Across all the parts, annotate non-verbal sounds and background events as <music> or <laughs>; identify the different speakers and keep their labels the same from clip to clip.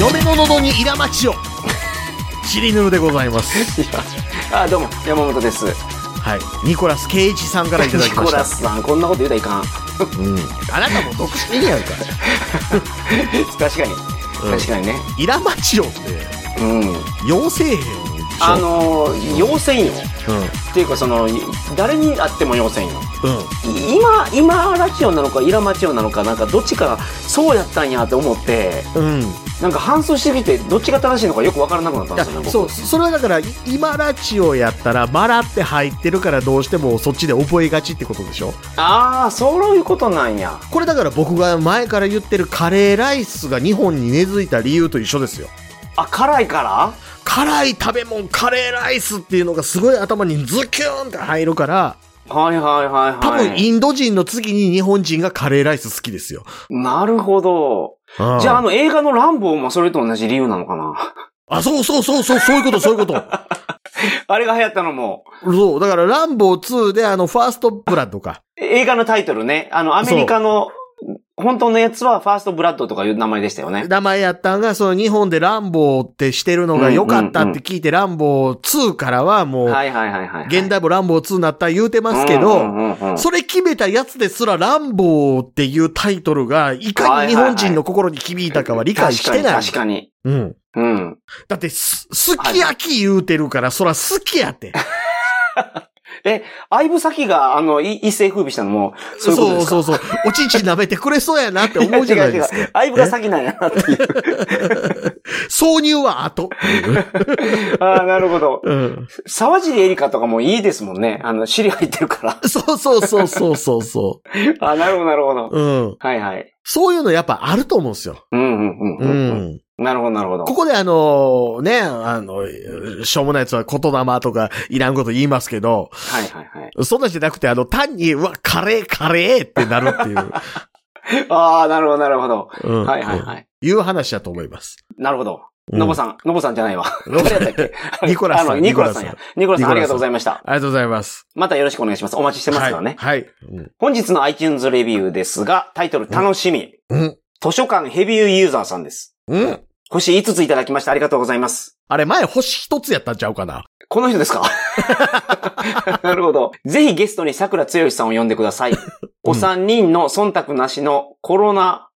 Speaker 1: のめの喉にいらまち <laughs> をチリヌルでございます
Speaker 2: <laughs> あどうも山本です
Speaker 1: はいニコラス圭一さんからいただ
Speaker 2: ニ
Speaker 1: きま
Speaker 2: コ
Speaker 1: し
Speaker 2: ラ
Speaker 1: た
Speaker 2: スさんこんなこと言うたらいかん <laughs>
Speaker 1: うん、あなたも独身やんか
Speaker 2: 確かに
Speaker 1: うん
Speaker 2: 確かにね
Speaker 1: イラマチオって
Speaker 2: うん、
Speaker 1: 妖精兵でしょ
Speaker 2: あのー要せんよ
Speaker 1: うん
Speaker 2: っていうかそのい誰に会っても要せんよ
Speaker 1: うん
Speaker 2: い今今ラチオンなのかイラマチオンなのかなんかどっちかそうやったんやと思って
Speaker 1: うん、い
Speaker 2: なんか反芻しすぎてどっちが正しいのかよくわからなくなったんで
Speaker 1: や
Speaker 2: すよね僕
Speaker 1: そうそれはだからい今ラチオやったらマラって入ってるからどうしてもそっちで覚えがちってことでしょ
Speaker 2: ああそういうことなんや
Speaker 1: これだから僕が前から言ってるカレーライスが日本に根付いた理由と一緒ですよ
Speaker 2: あ辛いから
Speaker 1: 辛い食べ物カレーライスっていうのがすごい頭にズキューンって入るから
Speaker 2: はいはいはいはい
Speaker 1: 多分インド人の次に日本人がカレーライス好きですよ、
Speaker 2: なるほど
Speaker 1: うん
Speaker 2: じゃああの映画のランボーもそれと同じ理由なのかな
Speaker 1: あそうそうそうそうそういうことそういう
Speaker 2: <laughs>
Speaker 1: こと
Speaker 2: あれが流行ったのも
Speaker 1: そう、だから、ランボー2で、あの、ファーストブラッドか。
Speaker 2: 映画のタイトルねあのアメリカの本当のやつはファーストブラッドとかいう名前でしたよね
Speaker 1: 名前やったんが、その日本でランボーってしてるのが良かったって聞いて、ランボー2からはもう、
Speaker 2: はいはいはいはい
Speaker 1: 現代もランボー2になった言うてます
Speaker 2: す
Speaker 1: け
Speaker 2: う
Speaker 1: ど
Speaker 2: ん、うんうんうん
Speaker 1: それ決めたやつですら、ランボーっていうタイトルが、いかに日本人の心に響いたかは理解してない。
Speaker 2: 確かに。
Speaker 1: うん。
Speaker 2: 確かにうん。
Speaker 1: だって、す、すき焼き言うてるから、そら好きやって。
Speaker 2: え、相武咲が、あの、い一世風靡したのも、そういうこ
Speaker 1: そ
Speaker 2: とで
Speaker 1: う
Speaker 2: すか
Speaker 1: そうそう。おちんちん舐めてくれそうやなって思うじゃないですか。
Speaker 2: <laughs> 違う違う。相武が先なんやなって
Speaker 1: <laughs>
Speaker 2: いう。
Speaker 1: 挿入は後。
Speaker 2: ああ、なるほど。
Speaker 1: うん。
Speaker 2: 沢尻エリカとかもいいですもんね。あの、尻入ってるから。 <laughs>
Speaker 1: そうそうそうそうそうそ
Speaker 2: あーなるほど、なるほど。
Speaker 1: う。うん。
Speaker 2: はいはい。
Speaker 1: そういうのやっぱあると思うんですよ。
Speaker 2: うんうんう
Speaker 1: うん
Speaker 2: うん。
Speaker 1: ん。
Speaker 2: なるほど、なるほど。
Speaker 1: ここであの、ね、あの、しょうもない奴は言霊とかいらんこと言いますけど、
Speaker 2: はいはいはい。
Speaker 1: そんなんじゃなくてあの、単に、うわ、カレーカレーってなるっていう、
Speaker 2: <laughs> ああ、なるほど、なるほど。
Speaker 1: うん。
Speaker 2: はいはいはい。
Speaker 1: い。いう話だと思います。
Speaker 2: なるほど。
Speaker 1: うん
Speaker 2: のぼさん、のぼさんじゃない
Speaker 1: <laughs>
Speaker 2: わ。
Speaker 1: のぼさん
Speaker 2: 誰だっ <laughs> け
Speaker 1: ニコラスさん
Speaker 2: あのニコラスさんや。ニコラスさん、ありがとうございました。
Speaker 1: ありがとうございます。
Speaker 2: またよろしくお願いします。お待ちしてますからね。
Speaker 1: はい。はいうん
Speaker 2: 本日の iTunes レビューですが、タイトル楽しみ。
Speaker 1: うん。
Speaker 2: 図書館ヘビーユーザーさんです。
Speaker 1: うん。
Speaker 2: 星5ついただきましてありがとうございます。
Speaker 1: あれ、前星一つやったんちゃうかな。
Speaker 2: この人ですか <laughs> なるほど。ぜひゲストに桜つよしさんを呼んでください。お三人の忖度なしのコロナ、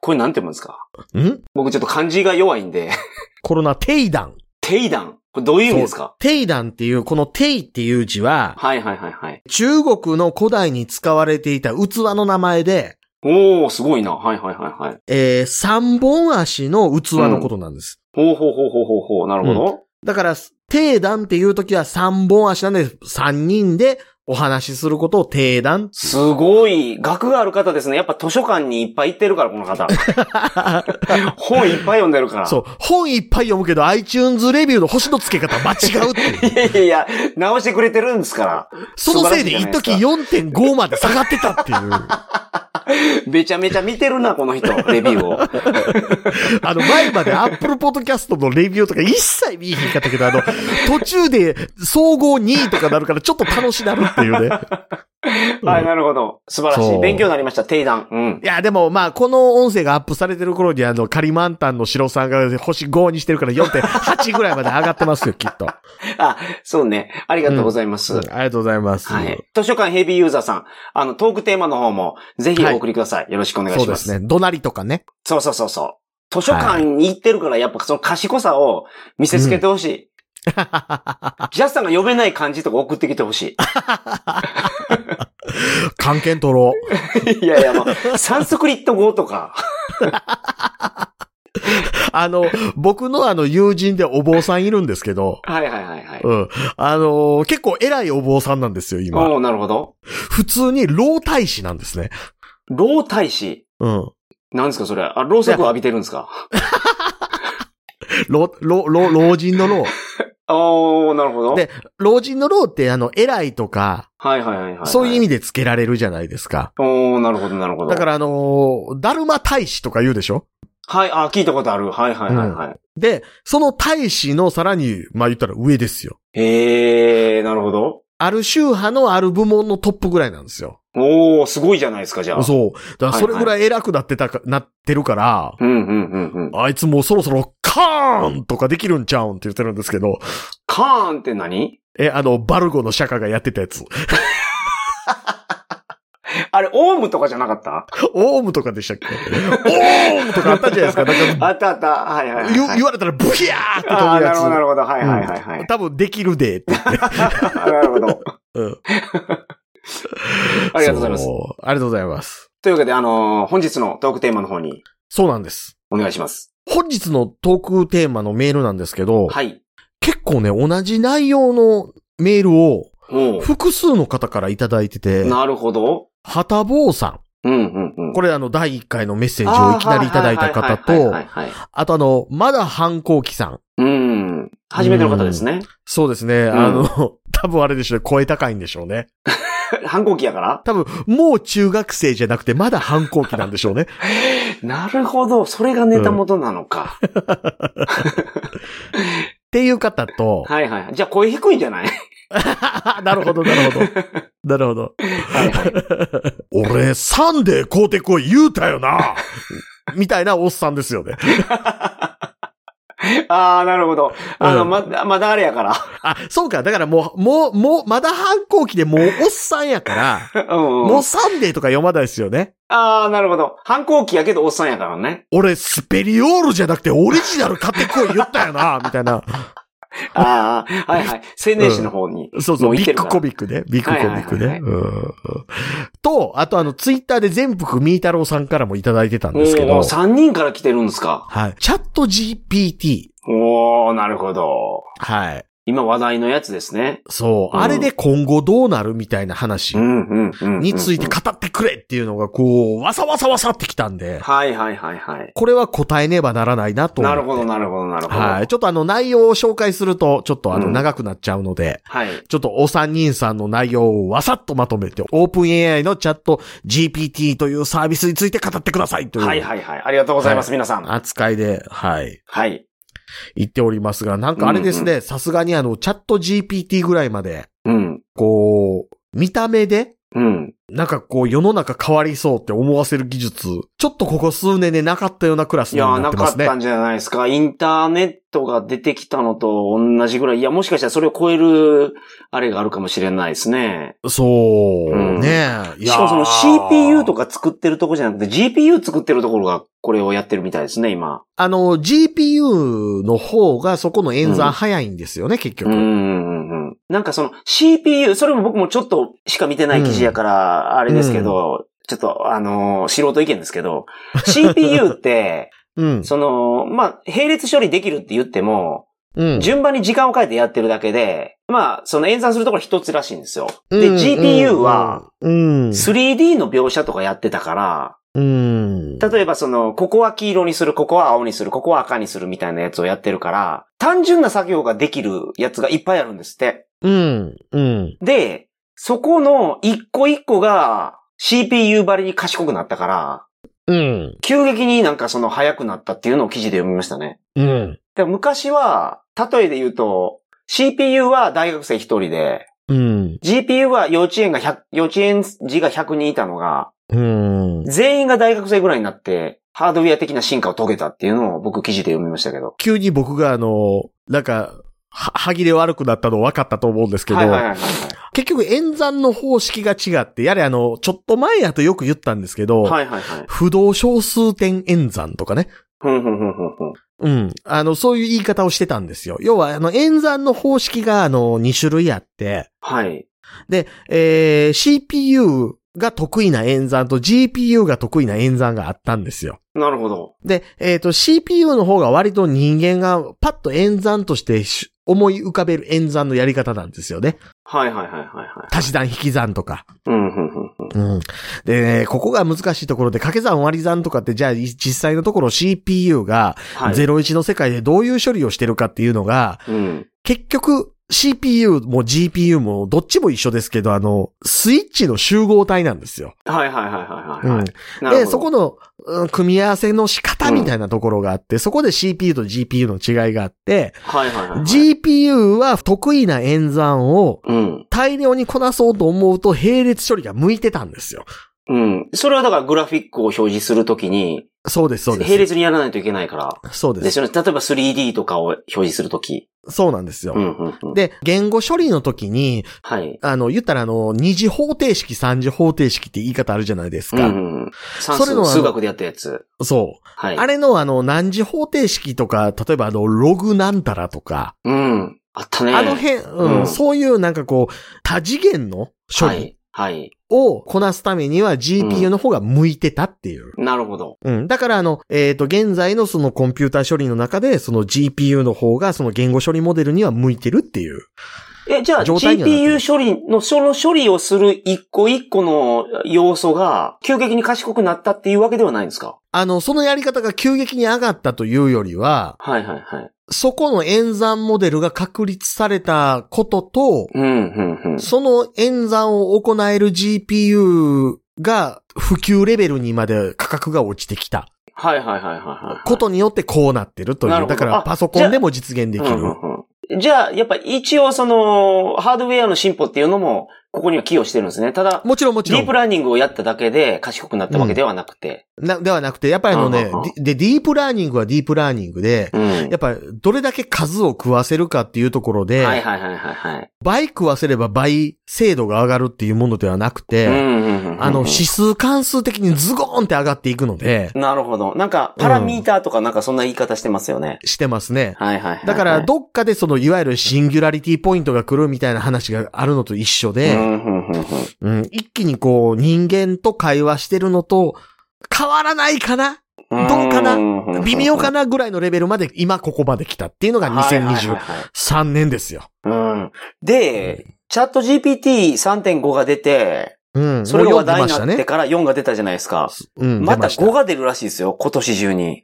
Speaker 2: これなんて読むんですか
Speaker 1: ん
Speaker 2: 僕ちょっと漢字が弱いんで、 <laughs>
Speaker 1: コロナ、テイダン。
Speaker 2: 定談。これどういう意味ですか
Speaker 1: テイダンっていう、このテイっていう字は、
Speaker 2: はいはいはいはい。
Speaker 1: 中国の古代に使われていた器の名前で、
Speaker 2: おー、すごいな。はいはいはいはい。
Speaker 1: えー三本足の器のことなんです。
Speaker 2: ほうほうほうほうほうほう。なるほど。
Speaker 1: だから、定談っていう時は三本足なんで、三人でお話しすることを定談。
Speaker 2: すごい、学がある方ですね。やっぱ図書館にいっぱい行ってるから、この <laughs> 方。本いっぱい読んでるから。
Speaker 1: そう。本いっぱい読むけど、iTunes レビューの星の付け方間違うって
Speaker 2: <laughs>
Speaker 1: いう。
Speaker 2: いやいやいや、直してくれてるんですか
Speaker 1: そのせい
Speaker 2: 素晴らしいじ
Speaker 1: で、
Speaker 2: ゃない
Speaker 1: 一
Speaker 2: です
Speaker 1: 時
Speaker 2: か
Speaker 1: 4.5まで下がってたっていう。あ
Speaker 2: ら。めちゃめちゃ見てるな、この人、レビューを。
Speaker 1: <laughs> の、前まで Apple Podcast のレビューとか一切見えへんかったけ <laughs> ど、あの、途中で総合2位とかなるからちょっと楽しなるっていうね。
Speaker 2: はい、なるほど。素晴らし
Speaker 1: そう
Speaker 2: い。勉強になりました、定談。うん
Speaker 1: <laughs> い。や、でも、まあ、この音声がアップされてる頃に、あの、カリマンタンの白さんが星5にしてるから4.8ぐらいまで上がって <laughs> ますよ、きっと。
Speaker 2: あ、そうね。ありがとうございます。
Speaker 1: うんありがとうございます。
Speaker 2: はい。図書館ヘビーユーザーさん、あの、トークテーマの方も、ぜひお送りください。よろしくお願い
Speaker 1: そう
Speaker 2: し
Speaker 1: で
Speaker 2: ます。
Speaker 1: すね。怒鳴りとかね。
Speaker 2: そうそうそうそう。図書館に行ってるから、やっぱその賢さを見せつけてほしい。ジャスさんが読めない漢字とか送ってきてほし
Speaker 1: 関係取ろう。
Speaker 2: <laughs> い。いやいや、もう、三足リット語とか。
Speaker 1: あの、僕のあの、友人でお坊さんいるんですけど、
Speaker 2: はいはいはいはい。
Speaker 1: うん。あのー結構偉いお坊さんなんですよ、今。
Speaker 2: おおなるほど。
Speaker 1: 普通に老太子なんですね。
Speaker 2: 老太子。
Speaker 1: うん。
Speaker 2: なんですかそれ。あ、ろうそくを浴びてるんですか
Speaker 1: 老、老、老、老人の
Speaker 2: <laughs>
Speaker 1: 老。
Speaker 2: おおなるほど。
Speaker 1: で老人の老って、あの、偉いとか、
Speaker 2: はいはいはいはい。
Speaker 1: そういう意
Speaker 2: 味。
Speaker 1: 味で付けられるじゃないですか。
Speaker 2: おおなるほどなるほど。。
Speaker 1: だかららあのー、だるま大使とか言うでしょ
Speaker 2: はい、あ、聞いたことある。はいはいはいはい。
Speaker 1: で、その大使のさらに、まあ言ったら上ですよ。
Speaker 2: へえー、なるほど。
Speaker 1: ある宗派のある部門のトップぐらいなんですよ。
Speaker 2: おー、すごいじゃないですか、じゃあ。う。
Speaker 1: そう。だからそれぐらい偉くなってたか、なってるから、
Speaker 2: うんうんうんうん。
Speaker 1: あいつもうそろそろカーンとかできるんちゃうんって言ってるんですけど、
Speaker 2: カーンって何
Speaker 1: え、あの、バルゴの釈迦がやってたやつ。
Speaker 2: あれ、オウムとかじゃなかった
Speaker 1: オウムとかでしたっ
Speaker 2: <laughs>
Speaker 1: けオウムとかあったじゃないですか。なんか、
Speaker 2: あったあった。はいはいはい、
Speaker 1: 言
Speaker 2: はい。
Speaker 1: 言われたらブヒャーって飛
Speaker 2: ああー、
Speaker 1: ぶ
Speaker 2: な
Speaker 1: や
Speaker 2: る
Speaker 1: つ
Speaker 2: ほど、。なるほど。はいはいはいはい。
Speaker 1: 多分できるでって。
Speaker 2: なるほど。
Speaker 1: うん。
Speaker 2: ありがとうございます
Speaker 1: そ。う。ありがとうございます。
Speaker 2: というわけで、あのー本日のトークテーマの方に
Speaker 1: そうなんです。
Speaker 2: お願いします。
Speaker 1: 本日のトークテーマのメールなんですけど、
Speaker 2: はい。
Speaker 1: 結構ね、同じ内容のメールを
Speaker 2: おう
Speaker 1: 複数の方からいただいてて、
Speaker 2: なるほど。
Speaker 1: はたぼうさ
Speaker 2: うんうんうん
Speaker 1: ん。。これあの、第1回のメッセージを
Speaker 2: あー
Speaker 1: いきなりいただいた方
Speaker 2: はいはいは
Speaker 1: と
Speaker 2: い、はいはいはい
Speaker 1: あとあの、まだ反抗期さん。
Speaker 2: うん。初めての方ですね。
Speaker 1: そうですね。あの、 <laughs> 多分あれでしょうね。声高いんでしょうね。
Speaker 2: 反抗期やから
Speaker 1: 多分、もう中学生じゃなくて、まだ反抗期なんでしょうね。
Speaker 2: なるほど。それがネタ元なのか。
Speaker 1: っていう方と、
Speaker 2: はいはいはい。じゃあ声低いんじゃない
Speaker 1: <laughs>
Speaker 2: <laughs>
Speaker 1: なるほど、なるほど。なるほど。
Speaker 2: はいはい。
Speaker 1: 俺、サンデー買うてこい言うたよな。みたいなおっさんですよね。
Speaker 2: ああ、なるほど。あの、
Speaker 1: うん
Speaker 2: まだ、まだあれやから。
Speaker 1: あ、そうか。だからもう、もう、もう、まだ反抗期でもうおっさんやから、
Speaker 2: うんう
Speaker 1: も
Speaker 2: ん
Speaker 1: う。サンデーとか読まないですよね。
Speaker 2: ああ、なるほど。反抗期やけどおっさんやからね。
Speaker 1: 俺、スペリオールじゃなくてオリジナル買ってこい言ったよな、みたいな。
Speaker 2: ああ、はいはい。青年誌の方に。
Speaker 1: そうそ
Speaker 2: も
Speaker 1: う、
Speaker 2: うい
Speaker 1: ビ
Speaker 2: け
Speaker 1: ッ
Speaker 2: るか
Speaker 1: グ
Speaker 2: ら
Speaker 1: コミックね。ビッグコミック
Speaker 2: は
Speaker 1: ね
Speaker 2: いはい。
Speaker 1: うんと、あとあの、ツイッターで全福みーたろうさんからもいただいてたん
Speaker 2: お
Speaker 1: ですけど
Speaker 2: お、、3人から来てるんですか。
Speaker 1: はい。チャット GPT。
Speaker 2: おおなるほど。
Speaker 1: はい。
Speaker 2: 今話題のやつですね。
Speaker 1: そう。
Speaker 2: うん
Speaker 1: あれで今後どうなるみたいな話
Speaker 2: うんうんうんうん。
Speaker 1: について。語ってくれっていうのが、こう、わさわさわさってきたんで、
Speaker 2: はいはいはいはい。
Speaker 1: これは答えねばならないなと思っ
Speaker 2: な
Speaker 1: て。
Speaker 2: るほどなるほどなるほど。
Speaker 1: はい。。ちょっとあの、内容を紹介すると、ちょっとあの、
Speaker 2: うん
Speaker 1: 長くなっちゃうので、
Speaker 2: はい。
Speaker 1: ちょっとお三人さんの内容をわさっとまとめて、オープン AI のチャット GPT というサービスについて語ってくださいという。
Speaker 2: はいはいはい。ありがとうございます、皆さん。
Speaker 1: 扱いで、はい、
Speaker 2: はい。
Speaker 1: 言っておりますが、なんかあれですね、さすがにあの、チャット GPT ぐらいまで、
Speaker 2: うん。
Speaker 1: こう、見た目で、
Speaker 2: うん。
Speaker 1: なんかこう、世の中変わりそうって思わせる技術、ちょっとここ数年でなかったようなクラス
Speaker 2: い
Speaker 1: に
Speaker 2: やー、
Speaker 1: なっ
Speaker 2: な
Speaker 1: て
Speaker 2: か
Speaker 1: ま
Speaker 2: っ
Speaker 1: すね。
Speaker 2: たんじゃないですか。インターネットが出てきたのと同じぐらい。いや、もしかしたらそれを超える、あれがあるかもしれないですね。
Speaker 1: そう、
Speaker 2: うん
Speaker 1: ねえ。
Speaker 2: しかもその CPU と
Speaker 1: か。
Speaker 2: か作ってるとこじゃなくて GPU 作ってるところがこれをやってるみたいですね、今。
Speaker 1: あの、GPU の方がそこの演算早いんですよね、結
Speaker 2: うん
Speaker 1: 局。
Speaker 2: うんうんうん。なんかその CPU、それも僕もちょっとしか見てない記事やから、あれですけど、ちょっとあのー素人意見ですけ
Speaker 1: <laughs>
Speaker 2: ど、CPU って、
Speaker 1: うん。
Speaker 2: その、まあ、並列処理できるって言っても、
Speaker 1: うん。
Speaker 2: 順番に時間を変えてやってるだけで、まあ、その演算するところ一つらしいんですよ。
Speaker 1: うん
Speaker 2: で、GPU は、、
Speaker 1: うん。
Speaker 2: 3D の描写とかやってたから、
Speaker 1: うん。
Speaker 2: 例えばその、ここは黄色にする、ここは青にする、ここは赤にするみたいなやつをやってるから、単純な作業ができるやつがいっぱいあるんですって。
Speaker 1: うん。うん。
Speaker 2: で、そこの一個一個が CPU ばりに賢くなったから、
Speaker 1: うん。
Speaker 2: 急激になんかその速くなったっていうのを記事で読みましたね。
Speaker 1: うん。
Speaker 2: で昔は、例えで言うと、CPU は大学生一人で、
Speaker 1: うん。
Speaker 2: GPU は幼稚園が100、幼稚園児が100人いたのが、
Speaker 1: うん。
Speaker 2: 全員が大学生ぐらいになって、ハードウェア的な進化を遂げたっていうのを僕記事で読みましたけど。
Speaker 1: 急に僕があの、なんか、は、歯切れ悪くなったの分かったと思うんですけど、
Speaker 2: はいはいはいはいはい。
Speaker 1: 結局演算の方式が違って、やれあの、ちょっと前やとよく言ったんですけど、
Speaker 2: はいはいはい。
Speaker 1: 不動小数点演算とかね。
Speaker 2: ふんふんふんふんふん。
Speaker 1: うん。あの、そういう言い方をしてたんですよ。要は、あの、演算の方式が、あの、2種類あって、
Speaker 2: はい。
Speaker 1: で、えー CPU が得意な演算と GPU が得意な演算があったんですよ。
Speaker 2: なるほど。
Speaker 1: で、えっ、と、CPU の方が割と人間がパッと演算としてし思い浮かべる演算のやり方なんですよね。
Speaker 2: はいはいはいはいはい。
Speaker 1: 足し算引き算とか。
Speaker 2: うん、ふんふんふん。
Speaker 1: うん。でね、ここが難しいところで、掛け算割り算とかって、じゃあい実際のところ CPU が
Speaker 2: はい。
Speaker 1: 01の世界でどういう処理をしてるかっていうのが、
Speaker 2: うん。
Speaker 1: 結局 CPU も GPU もどっちも一緒ですけど、あの、スイッチの集合体なんですよ。
Speaker 2: はいはいはいはいはい。
Speaker 1: うん。
Speaker 2: なるほ
Speaker 1: で、
Speaker 2: ど
Speaker 1: そこのうん組み合わせの仕方みたいなところがあって、そこで CPU と GPU の違いがあって、
Speaker 2: はいはいはい。、
Speaker 1: GPU は得意な演算を
Speaker 2: うん。
Speaker 1: 大量にこなそうと思うと並列処理が向いてたんですよ。
Speaker 2: うん。それはだからグラフィックを表示するときに、
Speaker 1: そうです、そうです。
Speaker 2: 並列にやらないといけないから。
Speaker 1: そうで。
Speaker 2: ですすよね。例えば 3D とかを表示するとき。
Speaker 1: そうなんですよ。
Speaker 2: うんうんうん。
Speaker 1: で、言語処理の時に、
Speaker 2: はい。
Speaker 1: あの、言ったらあの、二次方程式、三次方程式って言い方あるじゃないです
Speaker 2: うん
Speaker 1: か。
Speaker 2: うん。算
Speaker 1: それのあ
Speaker 2: 数、
Speaker 1: の
Speaker 2: 数学でやったやつ。
Speaker 1: そう。
Speaker 2: はい。
Speaker 1: あれのあの、何次方程式とか、例えばあの、ログなんたらとか、
Speaker 2: うん。あったね。
Speaker 1: あの辺、うん
Speaker 2: うん
Speaker 1: そういうなんかこう、多次元の処
Speaker 2: は
Speaker 1: 理
Speaker 2: い。はい。
Speaker 1: をこなすためには GPU の方が向いてたっていう。
Speaker 2: なるほど。
Speaker 1: うん。だからあの、えっ、と、現在のそのコンピューター処理の中で、その GPU の方がその言語処理モデルには向いてるっていう。
Speaker 2: え、じゃあ
Speaker 1: 状態にはなってる
Speaker 2: GPU 処理の、その処理をする一個一個の要素が、急激に賢くなったっていうわけではないんですか
Speaker 1: あの、そのやり方が急激に上がったというよりは、
Speaker 2: はいはいはい。
Speaker 1: そこの演算モデルが確立されたことと、
Speaker 2: うん、うん、うん。
Speaker 1: その演算を行える GPU が普及レベルにまで価格が落ちてきた
Speaker 2: はいはいはいはいはい。
Speaker 1: ことによってこうなってるとい
Speaker 2: なる
Speaker 1: う。
Speaker 2: ほど
Speaker 1: だから
Speaker 2: あ
Speaker 1: パソコンでも実現でき
Speaker 2: うんう
Speaker 1: る。
Speaker 2: んうんじゃあ、やっぱ一応その、ハードウェアの進歩っていうのも、ここには寄与してるんですね。ただ、
Speaker 1: もちろんもち
Speaker 2: ディ
Speaker 1: ろ
Speaker 2: ープ
Speaker 1: ん。
Speaker 2: ラーニングをやっただけで賢くなったわけではなくて。
Speaker 1: なではなくて、やっぱりあの
Speaker 2: う
Speaker 1: ね
Speaker 2: んうんうん、
Speaker 1: で、ディープラーニングはディープラーニングで、
Speaker 2: うん。
Speaker 1: やっぱりどれだけ数を食わせるかっていうところ
Speaker 2: はい
Speaker 1: で、
Speaker 2: はいはいはいはい。
Speaker 1: 倍食わせれば倍精度が上がるっていうものではなくて、
Speaker 2: うんうんうんうん
Speaker 1: あの、指数関数的にズゴーンって上がっていくので、
Speaker 2: なるほど。なんか、パラミーターとかなんかそんな言い方してますよね。
Speaker 1: してますね。
Speaker 2: はいはいはいはい。
Speaker 1: だから、どっかでその、いわゆるシンギュラリティポイントが来るみたいな話があるのと一緒
Speaker 2: うん
Speaker 1: で、
Speaker 2: うんうんうん
Speaker 1: うん、一気にこう、人間と会話してるのと、変わらないかなどうかなん
Speaker 2: んん
Speaker 1: 微妙かなぐらいのレベルまで、今ここまで来たっていうのが
Speaker 2: はいはいはい
Speaker 1: 2023
Speaker 2: はい
Speaker 1: 年ですよ。
Speaker 2: うん。で、チャット GPT3.5 が出て、
Speaker 1: うん。
Speaker 2: それが
Speaker 1: もう読
Speaker 2: 話
Speaker 1: んで
Speaker 2: 題
Speaker 1: ま
Speaker 2: に
Speaker 1: した
Speaker 2: なって
Speaker 1: ね。
Speaker 2: から4が出たじゃないですか。
Speaker 1: うん、
Speaker 2: ま
Speaker 1: 出
Speaker 2: た
Speaker 1: ました。
Speaker 2: 5が出るらしいですよ、今年中に。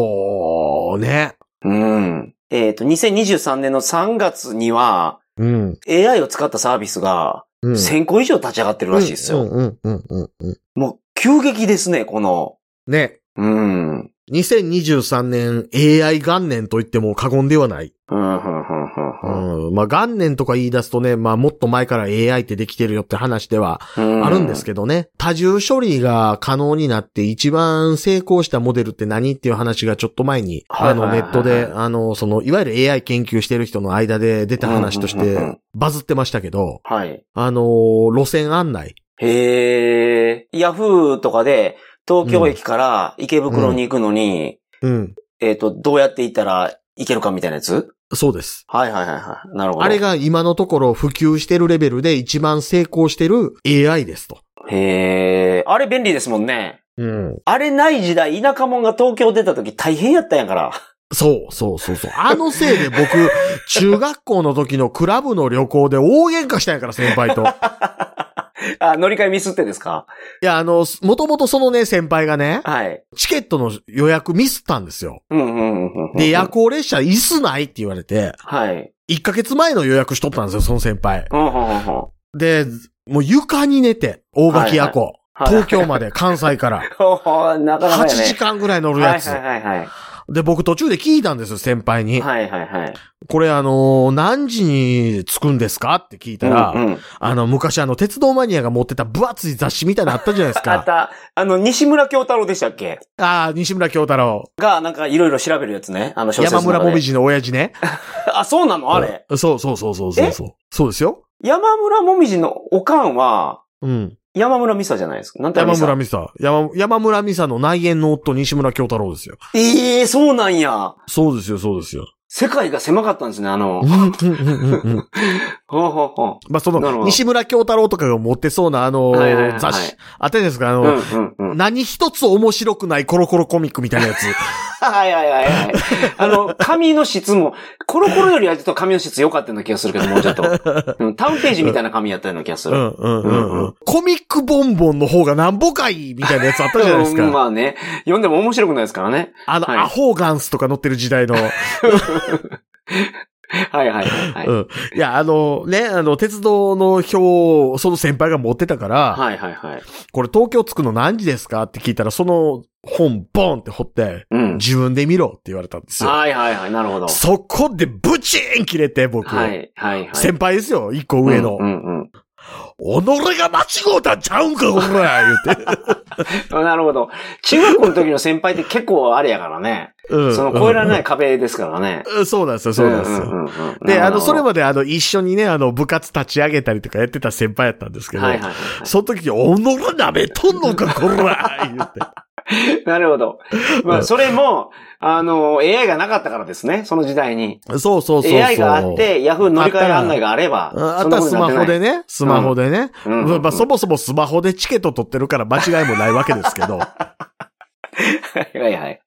Speaker 1: おー、ね。
Speaker 2: うん。えっ、と、2023年の3月には、
Speaker 1: うん。
Speaker 2: AI を使ったサービスが
Speaker 1: うん。
Speaker 2: 1000個以上立ち上がってるらしいですよ。
Speaker 1: うん、うん、うん、うんうん。
Speaker 2: もう急激ですね、この。
Speaker 1: ね。
Speaker 2: うん。うん、
Speaker 1: 2023年 AI 元年と言っても過言ではない。
Speaker 2: うん、うん、うん。
Speaker 1: うん。まあ元年とか言い出すとね、まあもっと前から AI ってできてるよって話ではあるんです
Speaker 2: け
Speaker 1: けどね。多重処理が可能になって一番成功したモデルって何っていう話がちょっと前に、あ
Speaker 2: はいはい
Speaker 1: の
Speaker 2: はい
Speaker 1: ネットで、あの、その、いわゆる AI 研究してる人の間で出た話とし
Speaker 2: うんうんうんう
Speaker 1: てバズってましたけど、
Speaker 2: ど。はい。
Speaker 1: あのー、路線案内。
Speaker 2: へえ。ヤフーとかで、東京駅から池袋に行くのに、
Speaker 1: うん。
Speaker 2: えっ、と、どうやって行ったら行けるかみたいなやつ
Speaker 1: そうです。
Speaker 2: はいはいはいはい。なるほど。
Speaker 1: あれ。が今のところ普及してるレベルで一番成功してる AI ですと。
Speaker 2: へえ。あれ便利ですもんね。
Speaker 1: うん。
Speaker 2: あれない時代、田舎者が東京出た時大変やったんやから。 <laughs>
Speaker 1: そうそうそうそう。あのせいで僕、中学校の時のクラブの旅行で大喧嘩したんやから、先
Speaker 2: <laughs>
Speaker 1: 輩と。
Speaker 2: あ、乗り換えミスってですか
Speaker 1: いや、あの、もともとそのね、先輩がね、
Speaker 2: はい。
Speaker 1: チケットの予約ミスったんですよ。
Speaker 2: うんうんうんうん。
Speaker 1: で、夜行列車椅子ないって言われて、
Speaker 2: はい。
Speaker 1: 1ヶ月前の予約しとったんですよ、その先輩。
Speaker 2: うんうんうんうん。は
Speaker 1: で、もう床に寝て、大垣夜行。
Speaker 2: い
Speaker 1: 東京まで、関西から。
Speaker 2: おー <laughs> なかなか
Speaker 1: 8
Speaker 2: やね。
Speaker 1: 時間ぐらい乗る
Speaker 2: は
Speaker 1: や
Speaker 2: い
Speaker 1: つ。
Speaker 2: はいはいはい。
Speaker 1: で、僕途中で聞いたんですよ、先輩に。
Speaker 2: はいはいはい。
Speaker 1: これあのー何時に着くんですかって聞いたら、
Speaker 2: うんうん
Speaker 1: あの、昔あの、鉄道マニアが持ってた分厚い雑誌みたいなのあったじゃないです
Speaker 2: <laughs> あっ
Speaker 1: か。
Speaker 2: た、あの、西村京太郎でしたっけ
Speaker 1: ああ、西村京太郎。
Speaker 2: が、なんかいろいろ調べるやつね。あの小説の
Speaker 1: 山
Speaker 2: 中で。
Speaker 1: 村もみじの親父ね。
Speaker 2: あ、そうなのあれ。
Speaker 1: うんそうそうそうそうそうそう。そうですよ。
Speaker 2: 山村もみじのおかんは、
Speaker 1: うん。
Speaker 2: 山村美沙じゃないですか。なんて
Speaker 1: 山村
Speaker 2: 美
Speaker 1: 美沙。山山村美沙の内縁の夫、西村京太郎ですよ。
Speaker 2: 沙。ええそうなんや。
Speaker 1: そうですよ、そうですよ。
Speaker 2: 世界が狭かったんですね、あの
Speaker 1: う。んうんうんうんうん
Speaker 2: ほうほうほ
Speaker 1: まあ、そ
Speaker 2: なるほ
Speaker 1: の、
Speaker 2: ど
Speaker 1: 西村京太郎とかが持ってそうな、あの
Speaker 2: はいはいはいは
Speaker 1: ー、
Speaker 2: い
Speaker 1: 雑誌。あったじゃないですか、あ
Speaker 2: う。うん
Speaker 1: の、
Speaker 2: うんうん。
Speaker 1: 何一つ面白くないコロコロコミックみたいなやつ。
Speaker 2: はいはいは
Speaker 1: <laughs>
Speaker 2: いはい。あの、紙の質も、コロコロよりはちょっと紙の質良かったような気がするけど、もうちょっと。
Speaker 1: <laughs>
Speaker 2: うん、タウンページみたいな紙やったような気がす
Speaker 1: う
Speaker 2: る。
Speaker 1: んうんう
Speaker 2: うん
Speaker 1: ん
Speaker 2: う
Speaker 1: うん。コミックボンボンの方がなんぼかいいみたいなやつあったじゃないです
Speaker 2: うん
Speaker 1: か。
Speaker 2: まあね。読んでも面白くないですからね。
Speaker 1: あの、
Speaker 2: はい
Speaker 1: アホガンスとか乗ってる時
Speaker 2: <laughs>
Speaker 1: 代の。
Speaker 2: はいはいはいはい。
Speaker 1: うん。いや、あの、ね、あの、鉄道の表を、その先輩が持ってたから、
Speaker 2: はいはいはい。
Speaker 1: これ東京着くの何時ですかって聞いたら、その本ボンって掘って、
Speaker 2: うん。
Speaker 1: 自分で見ろって言われたんですよ。
Speaker 2: はいはいはい、なるほど。
Speaker 1: そこでブチーン切れて、僕。
Speaker 2: はいはいはい。
Speaker 1: 先輩ですよ、一個上の。
Speaker 2: うんうんうん
Speaker 1: 己が間違うたんちゃうんか、こら
Speaker 2: <laughs>
Speaker 1: 言って。
Speaker 2: あなるほど。中学校の時の先輩って結構あれやからね。
Speaker 1: うん。
Speaker 2: その越えられないい壁ですからね。
Speaker 1: うんそうなんですよ、そうなんですよ。
Speaker 2: んうんうんうん
Speaker 1: で、あ
Speaker 2: なる
Speaker 1: の、
Speaker 2: ほど
Speaker 1: それまであの、一緒にね、あの、部活立ち上げたりとかやってた先輩やったんですけど、
Speaker 2: はいはいはいは
Speaker 1: その時、己舐めとんのか、こら言って。
Speaker 2: い。なるほど。
Speaker 1: う
Speaker 2: まあ、
Speaker 1: ん
Speaker 2: それも、あの、AI がなかったからですね、その時代に。
Speaker 1: そうそうそうそう。
Speaker 2: AI があっ、て、Yahoo 乗り換え案内があれば、
Speaker 1: あと
Speaker 2: そんな
Speaker 1: は
Speaker 2: こと
Speaker 1: ス
Speaker 2: になっ
Speaker 1: マ
Speaker 2: て
Speaker 1: ホ
Speaker 2: ない
Speaker 1: でね、スマホでね。
Speaker 2: うんうんうん
Speaker 1: まあ、そもそもスマホでチケット取ってるから間違いもないわけですけ
Speaker 2: <laughs>
Speaker 1: ど。
Speaker 2: はいはいはい。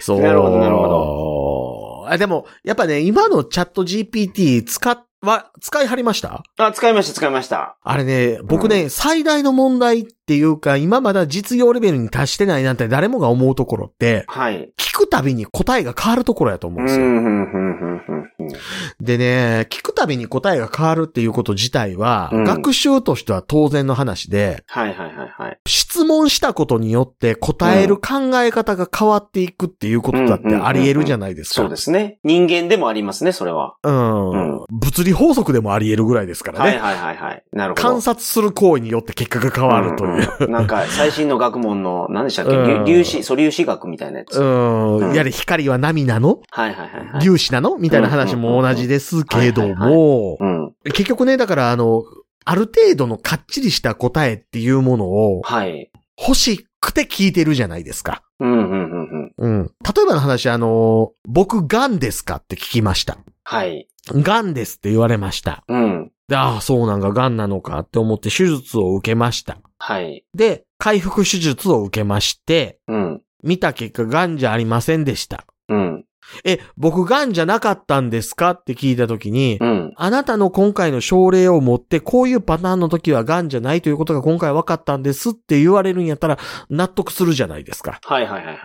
Speaker 1: そう。
Speaker 2: なるほどなるほ
Speaker 1: ど。あでも、やっぱね、今のチャット GPT 使っ、は、使いはりました
Speaker 2: あ、使いました、使いました。
Speaker 1: あれね、僕ね、最大の問題っていうか、今まだ実用レベルに達してないなんて誰もが思うところって、
Speaker 2: はい。
Speaker 1: 聞くたびに答えが変わるところやと思う
Speaker 2: う、
Speaker 1: んん
Speaker 2: う
Speaker 1: ですよ。
Speaker 2: ん、うん、うん、うんうん。
Speaker 1: でね、聞くたびに答えが変わるっていうこと自体は、
Speaker 2: うん
Speaker 1: 学習としては当然の話で、
Speaker 2: はいはいはいはい。
Speaker 1: 質問したことによって答える考え方が変わっていくっていうことだってあり得るじゃないですか。
Speaker 2: そうですね。人間でもありますね、それは。
Speaker 1: うん。物理法則でもあり得るぐらいですから
Speaker 2: は
Speaker 1: ね。
Speaker 2: いはいはいはい。なるほど。
Speaker 1: 観察する行為によって結果が変わるという。
Speaker 2: うんうんなんか、最新の学問の、何でしたっけ、
Speaker 1: うん
Speaker 2: 粒子、素粒子学みたいなや
Speaker 1: う
Speaker 2: つ。はい
Speaker 1: ん。
Speaker 2: うん
Speaker 1: やはり光は波なの
Speaker 2: はいはいはい。
Speaker 1: 粒子なのみたいな話も同じですけど
Speaker 2: うんうんうんうん
Speaker 1: も
Speaker 2: う、ん。
Speaker 1: 結局ね、だからあの、ある程度のかっちりした答えっていうものを
Speaker 2: はい。
Speaker 1: 欲しくて聞いてるじゃないですか。
Speaker 2: うんうんうんうん。
Speaker 1: うん。例えばの話、あの、僕、ガンですかって聞きました。
Speaker 2: はい。
Speaker 1: ガンですって言われました。
Speaker 2: うん。
Speaker 1: で、ああ、そうなんか、ガンなのかって思って手術を受けました。
Speaker 2: はい。
Speaker 1: で、回復手術を受けまして、
Speaker 2: うん。
Speaker 1: 見た結果、ガンじゃありませんでした。
Speaker 2: うん。
Speaker 1: え、僕、ガンじゃなかったんですかって聞いたときに、
Speaker 2: うん。
Speaker 1: あなたの今回の症例を持って、こういうパターンの時はガンじゃないということが今回分かったんですって言われるんやったら、納得するじゃないですか。
Speaker 2: はいはいはいはい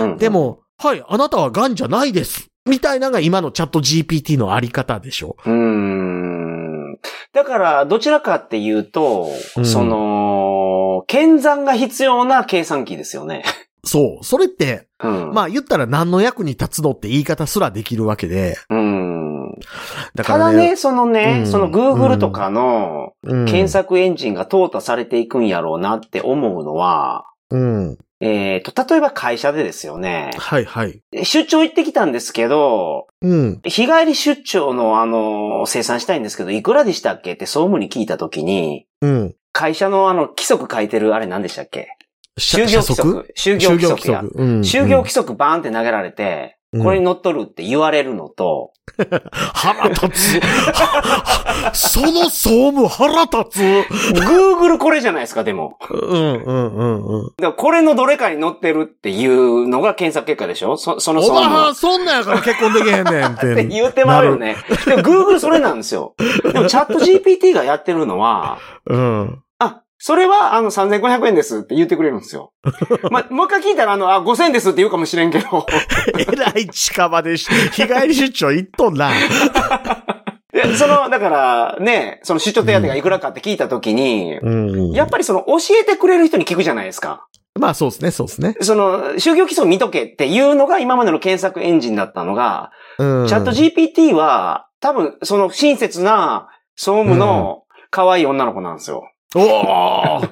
Speaker 2: はい。うん
Speaker 1: で、も、はい、あなたはガンじゃないです。みたいなのが今のチャット GPT のあり方でしょ。
Speaker 2: うーん。だから、どちらかっていうと、
Speaker 1: うん
Speaker 2: その、検算が必要な計算機ですよね。
Speaker 1: そう。それって、
Speaker 2: うん。
Speaker 1: ま
Speaker 2: あ、
Speaker 1: あ言ったら何の役に立つのって言い方すらできるわけで。
Speaker 2: うん。
Speaker 1: だから
Speaker 2: ただ
Speaker 1: ね。
Speaker 2: ね、そのね、
Speaker 1: うん
Speaker 2: その Google とかの
Speaker 1: うん
Speaker 2: 検。索エンジンが淘汰されていくんやろうなって思うのは、
Speaker 1: うん。
Speaker 2: えっ、と、例えば会社でですよね、
Speaker 1: はいはい。
Speaker 2: 出張行ってきたんですけど、
Speaker 1: うん。
Speaker 2: 日帰り出張のあの、生産したいんですけど、いくらでしたっけって総務に聞いたときに、
Speaker 1: うん。
Speaker 2: 会社のあの、規則書いてるあれ何でしたっけ
Speaker 1: 社
Speaker 2: 就業規
Speaker 1: 社
Speaker 2: 則
Speaker 1: 則。
Speaker 2: 就業
Speaker 1: 就
Speaker 2: 規
Speaker 1: 業規
Speaker 2: 則や。
Speaker 1: 則。うん
Speaker 2: 就業規則バーンって投げられて、
Speaker 1: うん
Speaker 2: これに乗っとるって言われるのと、
Speaker 1: 腹立つ。ははその総務腹立つ。
Speaker 2: Google これじゃないですか、でも。
Speaker 1: うんうんうんうん。
Speaker 2: だからこれのどれかに乗ってるっていうのが検索結果でしょそその
Speaker 1: お
Speaker 2: そ
Speaker 1: ば
Speaker 2: の。
Speaker 1: はそんなんやから結婚できへんねんっ
Speaker 2: <laughs> って
Speaker 1: て。
Speaker 2: 言ってまうよね。でも Google それなんですよ。でもチャット GPT がやってるのは、
Speaker 1: うん。
Speaker 2: あ、それはあの3500円ですって言ってくれるんですよ。ま、もう一回聞いたらあの、あ、5000円ですって言うかもしれんけど。
Speaker 1: えらい近場でし、日帰り出張行っとんな。
Speaker 2: でその、だからね、その出張手当がいくらかって聞いたときに、
Speaker 1: うん。
Speaker 2: やっぱりその教えてくれる人に聞くじゃないですか。
Speaker 1: まあそうですね、そうですね。
Speaker 2: その、就業規則見とけっていうのが今までの検索エンジンだったのが、
Speaker 1: うん。
Speaker 2: チャット GPT は、多分、その親切な総務の可愛い女の子なんですよ。
Speaker 1: おー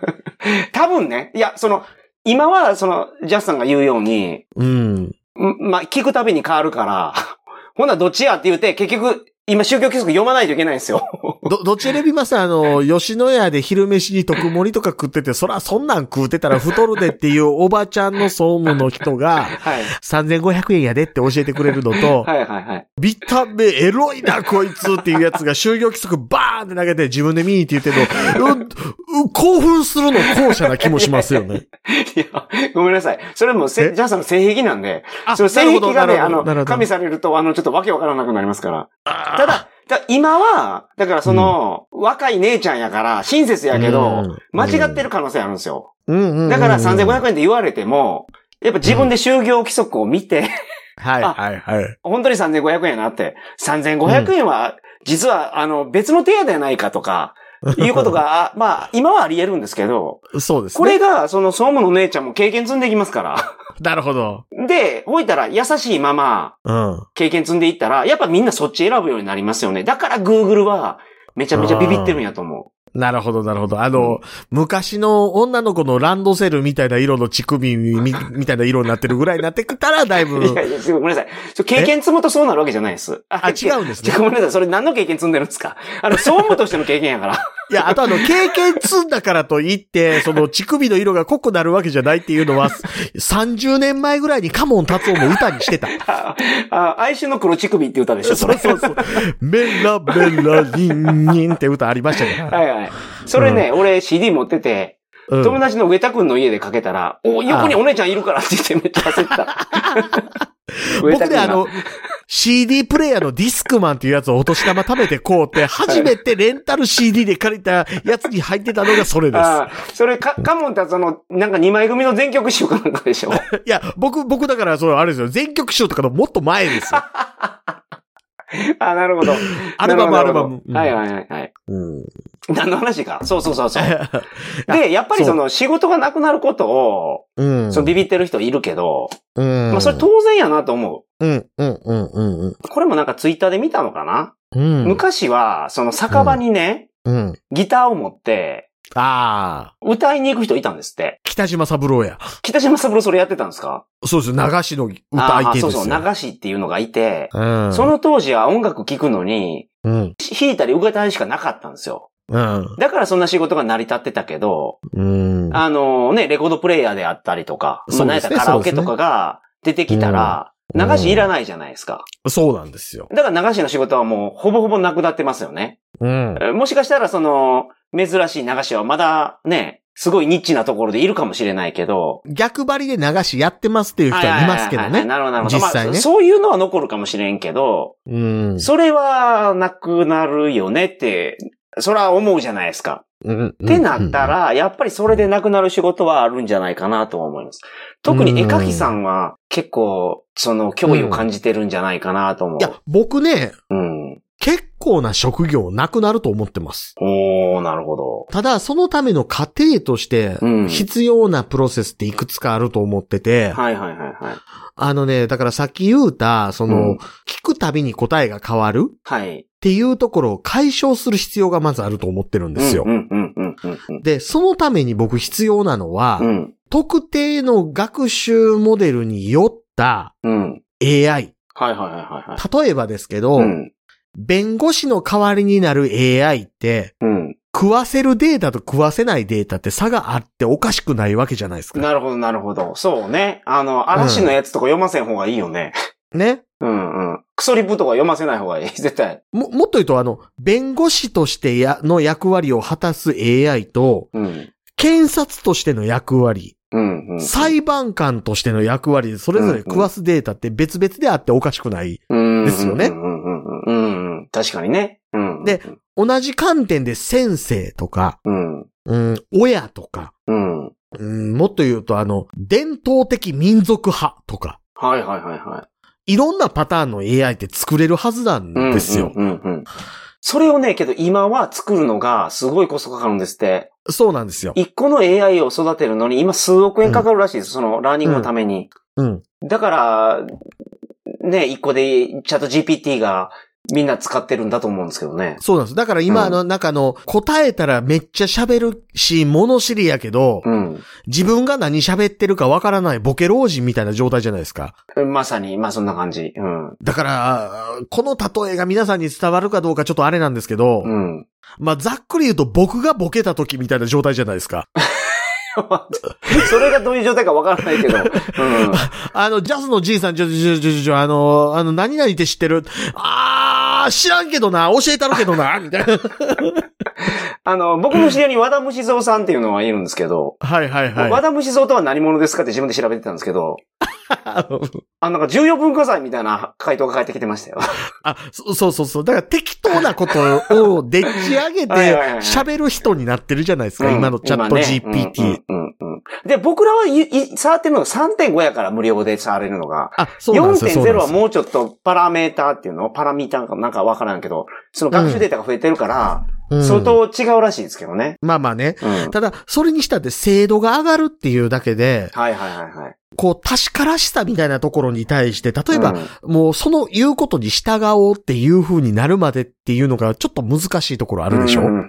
Speaker 2: 多分ね、いや、その、今は、その、ジャスさんが言うように、
Speaker 1: うん。
Speaker 2: んまあ、聞くたびに変わるから、 <laughs> ほんならどっちやって言うて、結局、今、宗教規則読まないといけないんですよ。
Speaker 1: ど、どっち選びますあの、吉野家で昼飯に特盛りとか食ってて、そらそんなん食うてたら太るでっていうおばちゃんの総務の人が、
Speaker 2: はい。
Speaker 1: 3500円やでって教えてくれるのと、
Speaker 2: はいはいはい。
Speaker 1: 見た目エロいな、こいつっていうやつが就業規則バーンって投げて自分で見に行って言ってるの、うんうん興奮するの後者な気もしますよね。
Speaker 2: いや、ごめんなさい。それもせ、
Speaker 1: え
Speaker 2: ジャスさんの性癖なんで、
Speaker 1: あ
Speaker 2: その性癖がね、
Speaker 1: な
Speaker 2: あ
Speaker 1: る
Speaker 2: の、
Speaker 1: ほど
Speaker 2: 加味されると、あの、ちょっとわけわからなくなりますから。
Speaker 1: あー
Speaker 2: ただ、ただ今は、だからその、若い姉ちゃんやから、親切やけ
Speaker 1: う
Speaker 2: ど
Speaker 1: ん、
Speaker 2: 間違ってる可能性あるんですよ。
Speaker 1: うんうんうん
Speaker 2: だから3500円で言われても、やっぱ自分で就業規則を見て、
Speaker 1: はいはいはい。
Speaker 2: 本当に3500円やなって、3500円は、実は、あの、別の手当やないかとか、
Speaker 1: <laughs>
Speaker 2: いうことが、あまあ、今はあり得るんですけど、
Speaker 1: そうですね。
Speaker 2: これが、その、総務の姉ちゃんも経験積んでいきますから。
Speaker 1: なるほど。
Speaker 2: で、置いたら、優しいまま、
Speaker 1: うん。
Speaker 2: 経験積んでいったら、やっぱみんなそっち選ぶようになりますよね。だから Google は、めちゃめちゃビビってるんやと思。
Speaker 1: なるほど、なるほど。あの、昔の女の子のランドセルみたいな色の乳首みみたいな色になってるぐらいになってきたら、だいうぶ。
Speaker 2: <laughs> いやいや、ごめんなさい。そう経験積むとそうなるわけじゃないです。
Speaker 1: あ、違うんです
Speaker 2: じ
Speaker 1: ね
Speaker 2: ゃ。ごめんなさい。それ何の経験積んでるんですかあの、総務としての経験やから。 <laughs>
Speaker 1: いや、あとあの、経験積んだからといって、その乳首の色が濃くなるわけじゃないっていうの
Speaker 2: <laughs>
Speaker 1: は、30年前ぐらいにカモン達夫も歌にしてた。
Speaker 2: ああ、哀愁の黒乳首って歌でしょ、そ
Speaker 1: そう
Speaker 2: れ。
Speaker 1: そうそう。メラメラリンリンって歌ありましたけど。
Speaker 2: はいはい。それね、俺 CD 持ってて、
Speaker 1: うん
Speaker 2: 友達の上田くんの家でかけたら、お、横にお姉ちゃんいるからって言ってめっちゃ焦った。上
Speaker 1: <laughs>
Speaker 2: 田
Speaker 1: 僕
Speaker 2: くん
Speaker 1: ね、
Speaker 2: が
Speaker 1: あの、CD プレイヤーのディスクマンっていうやつをお年玉食べてこうって、初めてレンタル CD で借りたやつに入ってたのがそれです。
Speaker 2: ああ、それか、カモン達夫の、なんか2枚組の全曲集かなんか
Speaker 1: <laughs>
Speaker 2: でしょ
Speaker 1: いや、僕、僕だから、その、あれですよ、全曲集とかのもっと前ですよ。
Speaker 2: ああ、なるほど。
Speaker 1: アルバム、
Speaker 2: な
Speaker 1: アル
Speaker 2: るほ
Speaker 1: バ
Speaker 2: ど
Speaker 1: ム。うん
Speaker 2: はいはいはいはい。
Speaker 1: うん
Speaker 2: 何の話か。そうそうそ
Speaker 1: <laughs>
Speaker 2: うそう。で、やっぱりその仕事がなくなることを、 <laughs>
Speaker 1: うん。
Speaker 2: そのビビってる人いるけど、
Speaker 1: うん。
Speaker 2: まあそれ当然やなと思
Speaker 1: うん、うん、うん、うん、
Speaker 2: う。これもなんかツイッターで見たのかな、
Speaker 1: うん。うん。
Speaker 2: 昔は、その酒場にね、
Speaker 1: うん。
Speaker 2: ギターを持って、
Speaker 1: ああ、
Speaker 2: 歌いに行く人いたんですって。
Speaker 1: 北島三郎や。
Speaker 2: 北島三郎それやってたんですか
Speaker 1: そうですよ、流しの歌
Speaker 2: あ
Speaker 1: 相
Speaker 2: あ
Speaker 1: 手です
Speaker 2: そ
Speaker 1: よ。
Speaker 2: うそう、流しっていうのがいて、
Speaker 1: うん。
Speaker 2: その当時は音楽聴くのに、
Speaker 1: うん。
Speaker 2: 弾いたり歌いしかなかったんですよ。
Speaker 1: うん。
Speaker 2: だからそんな仕事が成り立ってたけど、
Speaker 1: うん。
Speaker 2: あのね、レコードプレイヤーであったりとか、ま
Speaker 1: そ
Speaker 2: あ
Speaker 1: う
Speaker 2: なん
Speaker 1: です
Speaker 2: やった
Speaker 1: ね
Speaker 2: らカラオケとかが出てきたら、
Speaker 1: うん
Speaker 2: 流しいらないじゃないですか。
Speaker 1: そうなんですよ。
Speaker 2: だから流しの仕事はもうほぼほぼなくなってますよね。
Speaker 1: うん。
Speaker 2: えもしかしたらその、珍しい流しはまだね、すごいニッチなところでいるかもしれないけど、
Speaker 1: 逆張りで流しやってますっていう人
Speaker 2: はいは
Speaker 1: はい
Speaker 2: はいは
Speaker 1: ますけど
Speaker 2: はいはい
Speaker 1: ね。
Speaker 2: なるほど、なるほど。
Speaker 1: 実際ね
Speaker 2: まあ、そういうのは残るかもしれんけど、
Speaker 1: うん。
Speaker 2: それはなくなるよねって、そら思うじゃないですか。
Speaker 1: うん
Speaker 2: ってなった、ら、やっぱりそれでなくなる仕事はあるんじゃないかなとは思います。特に絵描きさんは結構、その脅威を感じてるんじゃないかなと思
Speaker 1: いや、僕ね、
Speaker 2: う。うん。
Speaker 1: 結構な職業なくなると思ってます。
Speaker 2: おー、なるほど。
Speaker 1: ただ、そのための過程として
Speaker 2: うん、
Speaker 1: 必要なプロセスっていくつかあると思ってて、
Speaker 2: はいはいはいはい。
Speaker 1: あのね、だからさっき言うた、その、
Speaker 2: うん
Speaker 1: 聞くたびに答えが変わるっ
Speaker 2: はい。
Speaker 1: ていうところを解消する必要がまずあると思ってるんですよ。
Speaker 2: うんうんうんうんうん
Speaker 1: で、そのために僕必要なのは、
Speaker 2: うん。うん。
Speaker 1: 特定の学習モデルによった
Speaker 2: うん。
Speaker 1: AI。
Speaker 2: はいはいはいはい。
Speaker 1: 例えばですけど、
Speaker 2: うん。
Speaker 1: 弁護士の代わりになる AI って、
Speaker 2: うん。
Speaker 1: 食わせるデータと食わせないデータって差があっておかしくないわけじゃないですか。
Speaker 2: なるほどなるほど。そうね。あの、嵐のやつとか読ません方がいいよね。
Speaker 1: ね。
Speaker 2: うんうん。クソリップとか読ませない方がいい。 <laughs> 絶対。
Speaker 1: も、もっと言うと、あの、弁護士としてや、の役割を果たす AI と、
Speaker 2: うん。
Speaker 1: 検察としての役割、
Speaker 2: うんうん。
Speaker 1: 裁判官としての役割で、それぞれ食わすデータって別々であっておかしくない。
Speaker 2: うん
Speaker 1: ですよね
Speaker 2: うんうんうんうんうん。確かにね。うん。
Speaker 1: で、同じ観点で先生とか、
Speaker 2: うん。
Speaker 1: うん、親とか、
Speaker 2: うん。はい
Speaker 1: うん、もっと言うとあの、伝統的民族派とか、
Speaker 2: はいはいはい
Speaker 1: ろんなパターンの AI って作れるはずなん
Speaker 2: い。うん
Speaker 1: ですよ。
Speaker 2: うんうんうん。それをね、けど今は作るのがすごいコストかかるんですって。
Speaker 1: そうなんですよ。
Speaker 2: 一個の AI を育てるのに今数億円かかるらしいです。そのラーニングのために。
Speaker 1: うん。
Speaker 2: だから、ね、一個でチャット GPT がみんな使ってるんだと思うんですけどね。
Speaker 1: そうなんです。だから今、
Speaker 2: うん
Speaker 1: あの、なんかあの、答えたらめっちゃ喋るし、物知りやけど、
Speaker 2: うん。
Speaker 1: 自分が何喋ってるかわからないボケ老人みたいな状態じゃないですか。
Speaker 2: まさに、まあそんな感じ。うん。う
Speaker 1: だから、この例えが皆さんに伝わるかどうかちょっとあれなんですけど、
Speaker 2: ん。 <laughs>
Speaker 1: まあ、ざっくり言うと僕がボケた時みたいな状態じゃないですか。
Speaker 2: それがどういう状態かわからないけど。うん。
Speaker 1: あの、ジャズのじいさん、ちょちょちょちょちょ、あの、あの、何々って知ってるあー、知らんけどな、教えたるけどな、みたいな。
Speaker 2: あの、僕の知り合いに和田虫蔵さんっていうのはいるんですけど、
Speaker 1: はいはい
Speaker 2: 和
Speaker 1: はい。
Speaker 2: 田虫蔵とは何者ですかって自分で調べてたんですけど、あの、なんか重要文化財みたいな回答が返ってきてましたよ。
Speaker 1: <laughs> あ、そそうそうそう。だから適当なことをでっち上げて
Speaker 2: はいはいはい
Speaker 1: 喋る人になってるじゃないですか、
Speaker 2: うん
Speaker 1: 今のチャット GPT。。
Speaker 2: 今ねうんうんうんうんで、僕らはいい触ってるのが3.5やから無料で触れるのが。
Speaker 1: あ、そうなんですよ。そう
Speaker 2: 4.0
Speaker 1: なん
Speaker 2: は
Speaker 1: ですよ
Speaker 2: もうちょっとパラメーターっていうのパラミーターかなんかわからんけど、その学習データが増えてるから、
Speaker 1: うん
Speaker 2: それと違うらしいですけどね。
Speaker 1: まあまあね。
Speaker 2: うん。はい
Speaker 1: ただ、それにしたって精度が上がるっていうだけで、
Speaker 2: はいはいはい。
Speaker 1: こう、確からしさみたいなところに対して、例えば、
Speaker 2: うん
Speaker 1: もうその言うことに従おうっていう風になるまでっていうのがちょっと難しいところあるでしょ、
Speaker 2: うんうんうん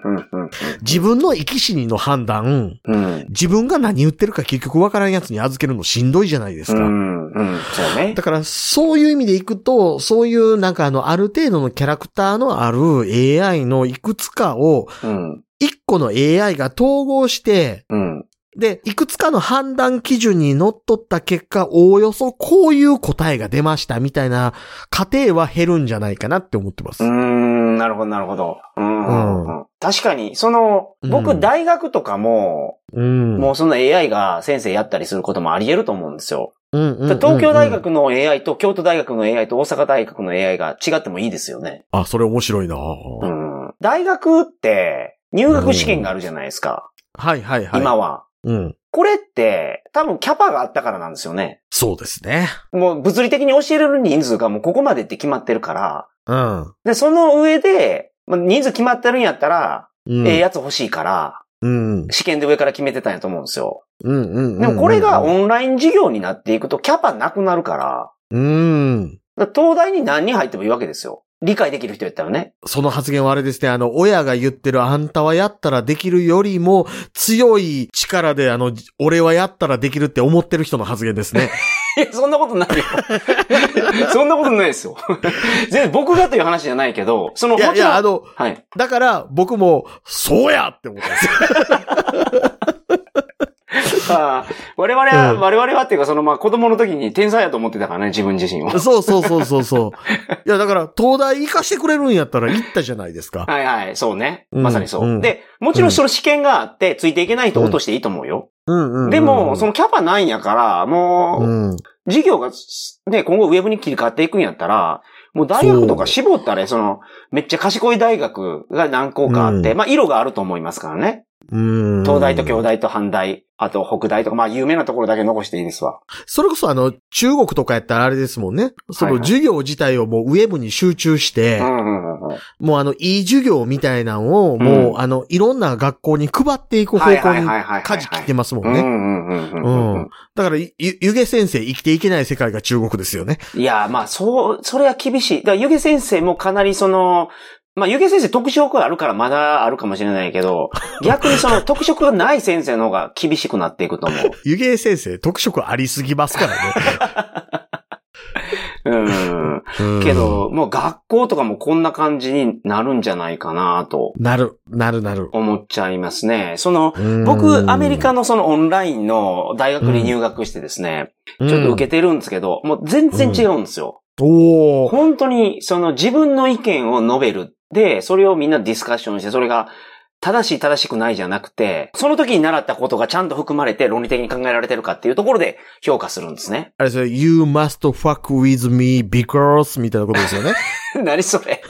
Speaker 1: 自分の生き死にの判断、
Speaker 2: うん。
Speaker 1: 自分が何言ってるか結局わからんやつに預けるのしんどいじゃないです
Speaker 2: う
Speaker 1: か。
Speaker 2: ん。うん。そうね。
Speaker 1: だから、そういう意味でいくと、そういうなんかあの、ある程度のキャラクターのある AI のいくつかを、
Speaker 2: うん。
Speaker 1: 一個の AI が統合して、
Speaker 2: うん。
Speaker 1: で、いくつかの判断基準に則っった結果、おおよそこういう答えが出ましたみたいな過程は減るんじゃないかなって思ってま
Speaker 2: う
Speaker 1: す。
Speaker 2: ーん、なるほど、なるほど。うんうんうん確かに、その、
Speaker 1: う
Speaker 2: 僕、
Speaker 1: ん
Speaker 2: 大学とかも、
Speaker 1: うん。
Speaker 2: もうその AI が先生やったりすることもあり得ると思うんですよ。
Speaker 1: うんうんうんうん
Speaker 2: 東京大学の AI と京都大学の AI と大阪大学の AI が違ってもいいですよね。
Speaker 1: あ、それ面白いな、
Speaker 2: うん。大学って、入学試験があるじゃないですか。
Speaker 1: はいはいはい。
Speaker 2: 今は。
Speaker 1: うん。
Speaker 2: これって、多分キャパがあったからなんですよね。
Speaker 1: そうですね。
Speaker 2: もう物理的に教えれる人数がもうここまでって決まってるから。
Speaker 1: うん。
Speaker 2: で、その上で、まあ人数決まってるんやったら、
Speaker 1: うん。
Speaker 2: ええやつ欲しいから、
Speaker 1: うん。
Speaker 2: 試験で上から決めてたんやと思うんですよ。
Speaker 1: うんうんうん。
Speaker 2: でもこれがオンライン授業になっていくとキャパなくなるから、
Speaker 1: うん。
Speaker 2: だから東大に何人入ってもいいわけですよ。理解できる人やったらね。
Speaker 1: その発言はあれですね、あの、親が言ってるあんたはやったらできるよりも強い力で、あの、俺はやったらできるって思ってる人の発言です <laughs> ね。
Speaker 2: いや、そんなことない
Speaker 1: <laughs>
Speaker 2: よ。そんなことないですよ。全然僕がという話じゃないけど、その、
Speaker 1: いやいや、あ
Speaker 2: もち
Speaker 1: の、
Speaker 2: ろんはい。
Speaker 1: だから僕も、そうやって思ったんですよ。
Speaker 2: あー我々は、
Speaker 1: うん
Speaker 2: 我々はっていうか、その、まあ、子供の時に天才やと思ってたからね、自分自身
Speaker 1: <laughs>
Speaker 2: を。
Speaker 1: そうそうそうそう <laughs> そう。いや、だから、東大行かしてくれるんやったら行ったじゃないですか。
Speaker 2: はいはい、そうね。
Speaker 1: うん
Speaker 2: まさにそう。
Speaker 1: うん
Speaker 2: で、もちろんその試験があって、ついていけない人落としていいと思うよ。
Speaker 1: うんうんうん、
Speaker 2: でも、そ
Speaker 1: の、
Speaker 2: のキャパないんやから、もう、
Speaker 1: うん。
Speaker 2: 授業がす、ね、今後ウェブに切り替わっていくんやったら、もう大学とか絞ったら、その、めっちゃ賢い大学が何校かあって、
Speaker 1: う
Speaker 2: まあ、色があると思いますからね。
Speaker 1: うん
Speaker 2: 東大と京大と阪大、あと北大とか、まあ、有名なところだけ残していいですわ。
Speaker 1: それこそあの、中国とかやったらあれですもんね。そ
Speaker 2: はい
Speaker 1: の
Speaker 2: はい
Speaker 1: 授業自体をもうウェブに集中して、
Speaker 2: うんうんうんうん。
Speaker 1: もうあの、いい授業みたいなのを、もう、
Speaker 2: う
Speaker 1: あの、いろんな学校に配っていく方向に、
Speaker 2: いは
Speaker 1: 舵切ってますも
Speaker 2: うんんう
Speaker 1: ね。
Speaker 2: んうんうんう
Speaker 1: うんん。だから、ゆ、ゆゆげ先生生きていけない世界が中国ですよね。
Speaker 2: いや、まあ、そう、それは厳しい。だから、ゆげ先生もかなりその、まあ、ゆげ先生特色があるからまだあるかもしれないけ
Speaker 1: <laughs>
Speaker 2: ど、逆にその特色がない先生の方が厳しくなっていくと思う。
Speaker 1: ゆげ先生特色ありすぎますからね。
Speaker 2: <laughs> うん。
Speaker 1: うん
Speaker 2: け、ど、もう学校とかもこんな感じになるんじゃないかなと
Speaker 1: なる、なるなる。
Speaker 2: 思っちゃいますね。その、
Speaker 1: うん
Speaker 2: 僕、アメリカのそのオンラインの大学に入学してですね、
Speaker 1: ちょ
Speaker 2: ちょっと
Speaker 1: け、
Speaker 2: 受けてるんですけど、もう全然違うんですよ。
Speaker 1: おー
Speaker 2: 本当に、その自分の意見を述べる。で、それをみんなディスカッションして、それが正しい正しくないじゃなくて、その時に習ったことがちゃんと含まれて論理的に考えられてるかっていうところで評価するんですね。
Speaker 1: あれですよ、you must fuck with me because みたいなことです
Speaker 2: <laughs>
Speaker 1: よね。
Speaker 2: 何それ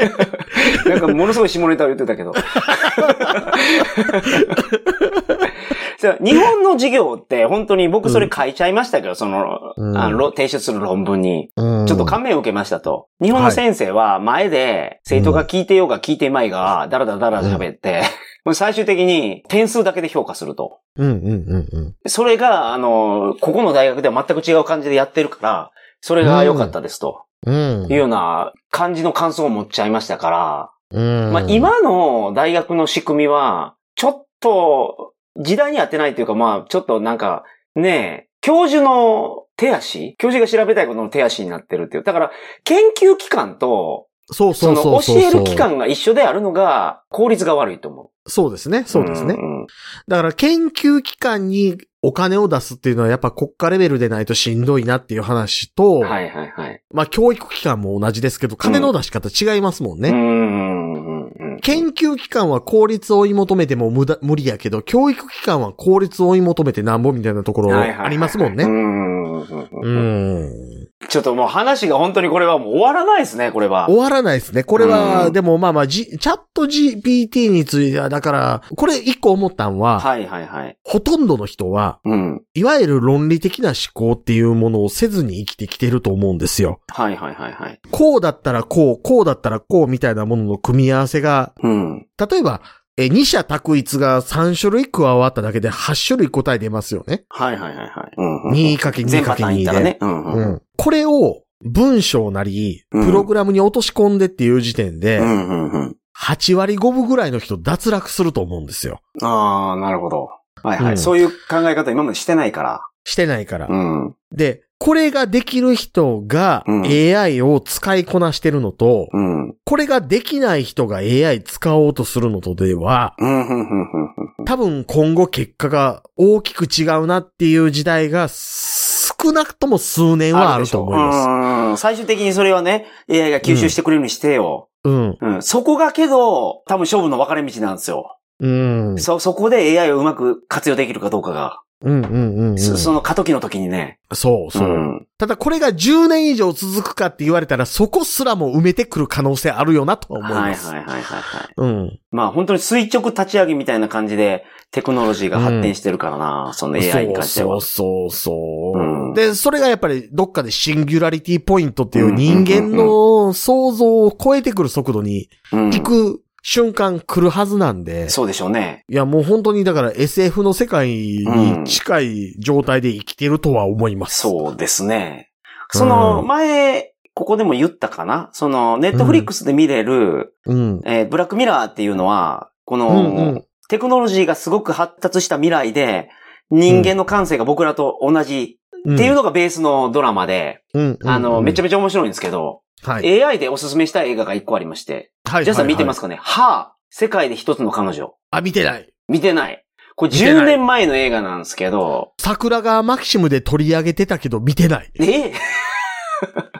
Speaker 2: <laughs> なんかものすごい下ネタを言ってたけど。 <laughs> そう日本の授業って本当に僕それ書いちゃいましたけど、その、
Speaker 1: うん
Speaker 2: あのろ提出する論文に。
Speaker 1: うん
Speaker 2: ちょっと感銘を受けましたと。日本の先生は前で生徒が聞いてようが聞いてまいが、だらだらだらだら喋って、 <laughs> もう最終的に点数だけで評価すると。
Speaker 1: うんうんうんうん。
Speaker 2: それが、あの、ここの大学では全く違う感じでやってるから、それが良かったですと。
Speaker 1: うん
Speaker 2: いうような感じの感想を持っちゃいましたから、
Speaker 1: うん
Speaker 2: まあ、今の大学の仕組みは、ちょっと時代に合ってないというか、まあちょっとなんか、ねえ、教授の手足教授が調べたいことの手足になってるっていう。だから、研究機関と、
Speaker 1: そうそ
Speaker 2: そうの
Speaker 1: そう
Speaker 2: 教
Speaker 1: そうそう。
Speaker 2: える機関が一緒であるのが、効率が悪いと思う。
Speaker 1: そうですね、そうですね。
Speaker 2: んうん
Speaker 1: だから研究機関にお金を出すっていうのはやっぱ国家レベルでないとしんどいなっていう話と、
Speaker 2: はいはいはい。
Speaker 1: まあ教育機関も同じですけど、金の出し方違いますもんね。
Speaker 2: うんうんうんうん。
Speaker 1: 研究機関は効率を追い求めても無駄無理やけど、教育機関は効率を追い求めてなんぼみたいなところ
Speaker 2: はいはいはい
Speaker 1: ありますもんね。
Speaker 2: うんうんうんうん
Speaker 1: う
Speaker 2: うん
Speaker 1: ん。
Speaker 2: ちょっともう話が本当にこれはもう終わらないですね、これは。
Speaker 1: 終わらないですね。これ
Speaker 2: う
Speaker 1: は、
Speaker 2: ん
Speaker 1: でもまあまあ、じチャット GPT については、だから、これ一個思ったんは、
Speaker 2: はいはいはい。
Speaker 1: ほとんどの人は、
Speaker 2: うん。
Speaker 1: いわゆる論理的な思考っていうものをせずに生きてきてると思うんですよ。
Speaker 2: はいはいはいはい。
Speaker 1: こうだったらこう、こうだったらこうみたいなものの組み合わせが、
Speaker 2: うん。
Speaker 1: 例えば、え、二者択一が3種類加わっただけで8種類答え出ますよね。
Speaker 2: はいはいはいはい。うんうんうん
Speaker 1: 2×2×2
Speaker 2: 全パ
Speaker 1: かけ
Speaker 2: ターンいった
Speaker 1: 2
Speaker 2: ら
Speaker 1: で。
Speaker 2: ね。うんう。
Speaker 1: うんん。これを文章なり、
Speaker 2: うん
Speaker 1: プログラムに落とし込んでっていう時点で
Speaker 2: う、んうんうん。
Speaker 1: 8割5分ぐらいの人脱落すると思うんですよ。
Speaker 2: ああ、なるほど。はいは
Speaker 1: う
Speaker 2: い。
Speaker 1: ん
Speaker 2: そういう考え方今までしてないから。
Speaker 1: してないから。
Speaker 2: うん。うん
Speaker 1: で、これができる人が
Speaker 2: うん
Speaker 1: AI を使いこなしてるのと、
Speaker 2: うん。
Speaker 1: これができない人が AI 使おうとするのとでは、
Speaker 2: うんうんうんうんうん。
Speaker 1: 多分今後結果が大きく違うなっていう時代が少なくとも数年はあると思い
Speaker 2: あるで
Speaker 1: ま
Speaker 2: しょううんうんうん最終的にそれはね、AI が吸収してくれるようにしてよ。
Speaker 1: す。うん。
Speaker 2: うん。そこがけど、多分勝負の分かれ道なんですよ。
Speaker 1: うん。うん。
Speaker 2: そ、そこで AI をうまく活用できるかどうかが。
Speaker 1: うん。うん。うん。
Speaker 2: そ
Speaker 1: そ
Speaker 2: その過渡期の時にね。
Speaker 1: うそうう。
Speaker 2: ん。
Speaker 1: ただこれが10年以上続くかって言われたらそこすらも埋めてくる可能性あるよなとは思い
Speaker 2: はいはい
Speaker 1: ます。
Speaker 2: はいはいはい。
Speaker 1: うん。
Speaker 2: まあ本当に垂直立ち上げみたいな感じでテクノロジーが発展してるからな、その AI に関して
Speaker 1: そ
Speaker 2: は
Speaker 1: う。そうそうそう、
Speaker 2: うん
Speaker 1: で、それがやっぱりどっかでシンギュラリティポイントってい
Speaker 2: うん
Speaker 1: う
Speaker 2: うんうんうん
Speaker 1: 人間の想像を超えてくる速度に
Speaker 2: うん
Speaker 1: 行く瞬間来るはずなんで、
Speaker 2: そうでしょうね。
Speaker 1: いやもう本当にだから SF の世界に近い状態で生きてるとは思います。
Speaker 2: そうですね。その
Speaker 1: うん
Speaker 2: 前、ここでも言ったかなその、ネットフリックスで見れる、
Speaker 1: うん。
Speaker 2: えーブラックミラーっていうのは、この、
Speaker 1: うんうん
Speaker 2: テクノロジーがすごく発達した未来で、人間の感性が僕らと同じっていうのがベースのドラマで、
Speaker 1: うん、
Speaker 2: あの、めちゃ
Speaker 1: ゃ、
Speaker 2: めちゃ面白いんですけど、
Speaker 1: はい。
Speaker 2: AI でおすすめしたい映画が一個ありまして、
Speaker 1: はい
Speaker 2: ジャスさん見てますすかねはぁ、世界で一つの彼女。
Speaker 1: あ、見てない。
Speaker 2: 見てない。これ
Speaker 1: 見てない
Speaker 2: 10年前の映画なんですけど、
Speaker 1: 桜川マキシムで取り上げてたけど見て
Speaker 2: <laughs>
Speaker 1: ない。
Speaker 2: え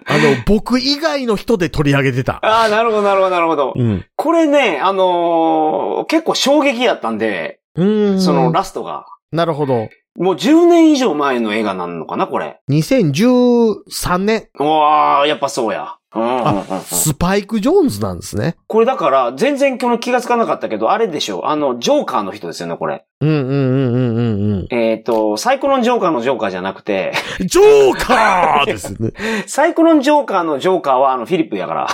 Speaker 1: あの、僕以外の人で取り上げてた。
Speaker 2: ああ、なるほど、なるほど、なるほど。
Speaker 1: うん。
Speaker 2: これね、あのー結構衝撃やったんで、
Speaker 1: うん。
Speaker 2: そのラストが。
Speaker 1: なるほど。
Speaker 2: もう10年以上前の映画なんのかな、これ。
Speaker 1: 2013年、
Speaker 2: うわー、やっぱそうや。うんうんうんうん
Speaker 1: スパイク・ジョーンズなんですね。
Speaker 2: これだから、全然今日の気がつかなかったけど、あれでしょあの、ジョーカーの人ですよね、これ。
Speaker 1: うんうんうんうんうん
Speaker 2: えっ、と、サイクロンジョーカーのジョーカーじゃなくて、
Speaker 1: うん。ジョーカーです
Speaker 2: <laughs>
Speaker 1: ね。
Speaker 2: サイクロンジョーカーのジョーカーは、あの、フィリップ
Speaker 1: <laughs>
Speaker 2: やから。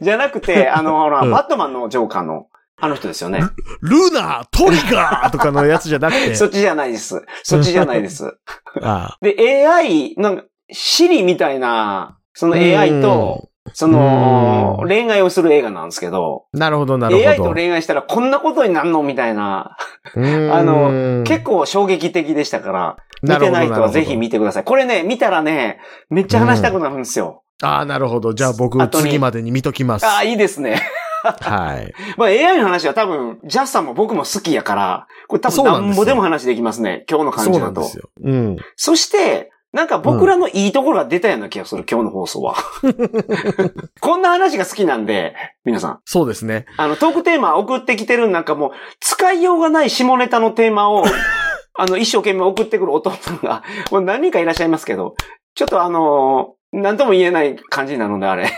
Speaker 2: じゃなくて、あの、ほら、
Speaker 1: うん
Speaker 2: バットマンのジョーカーの、あの人ですよね。
Speaker 1: ルナトリガーとかのやつじゃなくて。
Speaker 2: <laughs> そっちじゃないです。そっちじゃないです。
Speaker 1: あ
Speaker 2: で、AI、なんか、シリみたいな、その AI と、その
Speaker 1: う、ん
Speaker 2: 恋愛をする映画なんですけど、
Speaker 1: なるほどなるほど。
Speaker 2: AI と恋愛したらこんなことになんのみたいな、
Speaker 1: うん
Speaker 2: あの、結構衝撃的でしたから、見てない人はぜひ見てください。これね、見たらね、めっちゃ話したくなるんですよ。
Speaker 1: ああ、なるほど。じゃあ僕
Speaker 2: 後に
Speaker 1: 次までに見ときます。
Speaker 2: ああ、
Speaker 1: はい
Speaker 2: いですね。
Speaker 1: い。
Speaker 2: まあ AI の話は多分、ジャスさんも僕も好きやから、これ多分
Speaker 1: そうなんですよ
Speaker 2: なんぼでも話できますね。今日の感
Speaker 1: そ
Speaker 2: じ
Speaker 1: うな
Speaker 2: だ
Speaker 1: んで
Speaker 2: と。
Speaker 1: すよ。うん。
Speaker 2: そして、なんか僕らのいいところが出たような気がする、今日の放送は。 <laughs> こんな話が好きなんで、皆さん。
Speaker 1: そうですね。
Speaker 2: あの、トークテーマ送ってきてるなんかもう、使いようがない下ネタのテーマ
Speaker 1: <laughs>
Speaker 2: を、あの、一生懸命送ってくるお父さんが、もう何人かいらっしゃいますけど、ちょっとあのー、なんとも言えない感じなので、あれ。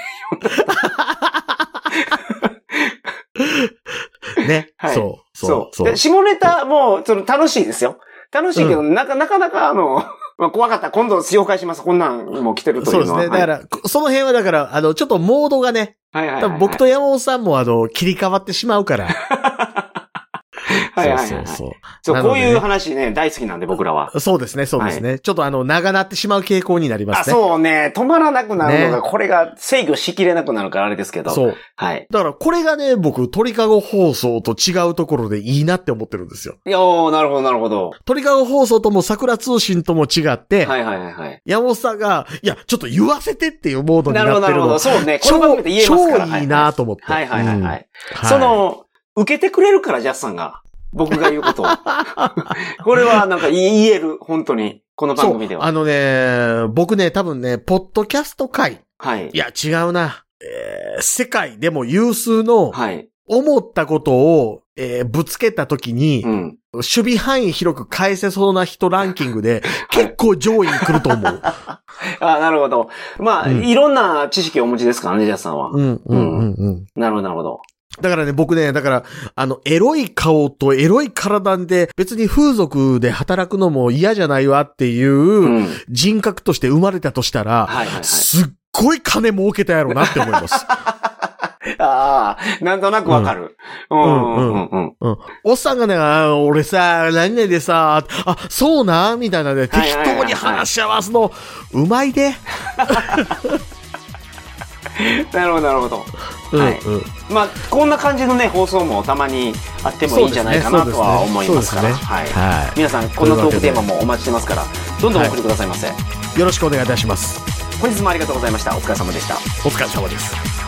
Speaker 1: ね。
Speaker 2: <laughs> はい
Speaker 1: そう。
Speaker 2: そ。
Speaker 1: そうう。そう
Speaker 2: で。下ネタも、その、楽しいですよ。楽しいけど、なかなかなかあの、 <laughs> まあ、怖かった。今度紹介します。こんなんも来てると
Speaker 1: そ
Speaker 2: いうう
Speaker 1: で
Speaker 2: の
Speaker 1: す
Speaker 2: は。
Speaker 1: ね。だから、その辺はだから、あの、ちょっとモードがね、
Speaker 2: はい、はいはい
Speaker 1: 多
Speaker 2: はいは
Speaker 1: 分
Speaker 2: い、
Speaker 1: 僕と山本さんもあの、切り替わってしまう
Speaker 2: <laughs>
Speaker 1: から。
Speaker 2: はいはいはい
Speaker 1: そ
Speaker 2: は
Speaker 1: う
Speaker 2: い
Speaker 1: そう
Speaker 2: そう、
Speaker 1: な
Speaker 2: こ
Speaker 1: の
Speaker 2: う
Speaker 1: でね
Speaker 2: いう話ね、大好きなんで、僕らは。
Speaker 1: そう。そうですね、そうですね。ちょっとあの、長なってしまう傾向になりま
Speaker 2: あ、
Speaker 1: すね。
Speaker 2: そうね、止まらなくなるのが、
Speaker 1: ね
Speaker 2: これが制御しきれなくなるからあれですけど。
Speaker 1: そう。
Speaker 2: はい。
Speaker 1: だからこれがね、僕、鳥かご放送と違うところでいいなって思ってるんですよ。
Speaker 2: いやー、なるほど、なるほど。
Speaker 1: 鳥かご放送とも桜通信とも違って、
Speaker 2: はいはいはいはい。
Speaker 1: 山本さんが、いや、ちょっと言わせてっていうモードに
Speaker 2: なる
Speaker 1: な
Speaker 2: ほど、
Speaker 1: ってる
Speaker 2: なるほ
Speaker 1: の
Speaker 2: ど。。そうね、こ
Speaker 1: 超
Speaker 2: の番組で言えますから。
Speaker 1: 超いいなと思って
Speaker 2: はいはいはいはいはい。
Speaker 1: はい
Speaker 2: そ、の、受けてくれるから、ジャスさんが。僕が言うことを。
Speaker 1: <laughs>
Speaker 2: これは、なんか言える、本当に。この番組で
Speaker 1: そう、あ
Speaker 2: は。
Speaker 1: のね、僕ね、多分ね、ポッドキャスト界、
Speaker 2: はい
Speaker 1: い。や、違うな。えー世界でも有数の、
Speaker 2: はい。
Speaker 1: 思ったことを、えーぶつけたときに
Speaker 2: う、ん。
Speaker 1: 守備範囲広く返せそうな人ランキングで、結構上位に来ると思う。
Speaker 2: あなるほど。まあ、
Speaker 1: うん
Speaker 2: いろんな知識をお持ちですからね、ジャスさんは。
Speaker 1: うん、うん、うん、うん。
Speaker 2: なるほど、なるほど。
Speaker 1: だからね、僕ね、だから、あの、エロい顔とエロい体で、別に風俗で働くのも嫌じゃないわっていうう、
Speaker 2: ん。
Speaker 1: 人格として生まれたとしたら、
Speaker 2: はいはいはい。
Speaker 1: すっごい金儲けたやろうなって思い
Speaker 2: <laughs>
Speaker 1: ます。
Speaker 2: ああ、なんとなくわかる。うんうんうんうん。
Speaker 1: うん。おっさんがね、あー俺さ、何々でさ、あ、そうなみたいなね、
Speaker 2: はい
Speaker 1: 適
Speaker 2: はいはいはい
Speaker 1: 当に話し合わすの、うまいで。
Speaker 2: なるほど、なるほど。
Speaker 1: うん
Speaker 2: はい
Speaker 1: うん
Speaker 2: まあ、こんな感じのね、放送もたまにあってもいいんじゃないかなとは思いますから。
Speaker 1: そう
Speaker 2: はい
Speaker 1: ですね。は
Speaker 2: 皆さん、こんなトークテーマもお待ちしてますから、どんどんお送りくださいませ。
Speaker 1: い。よろしくお願いいたします。
Speaker 2: 本日もありがとうございました。お疲れ様でした。
Speaker 1: お疲れ様です。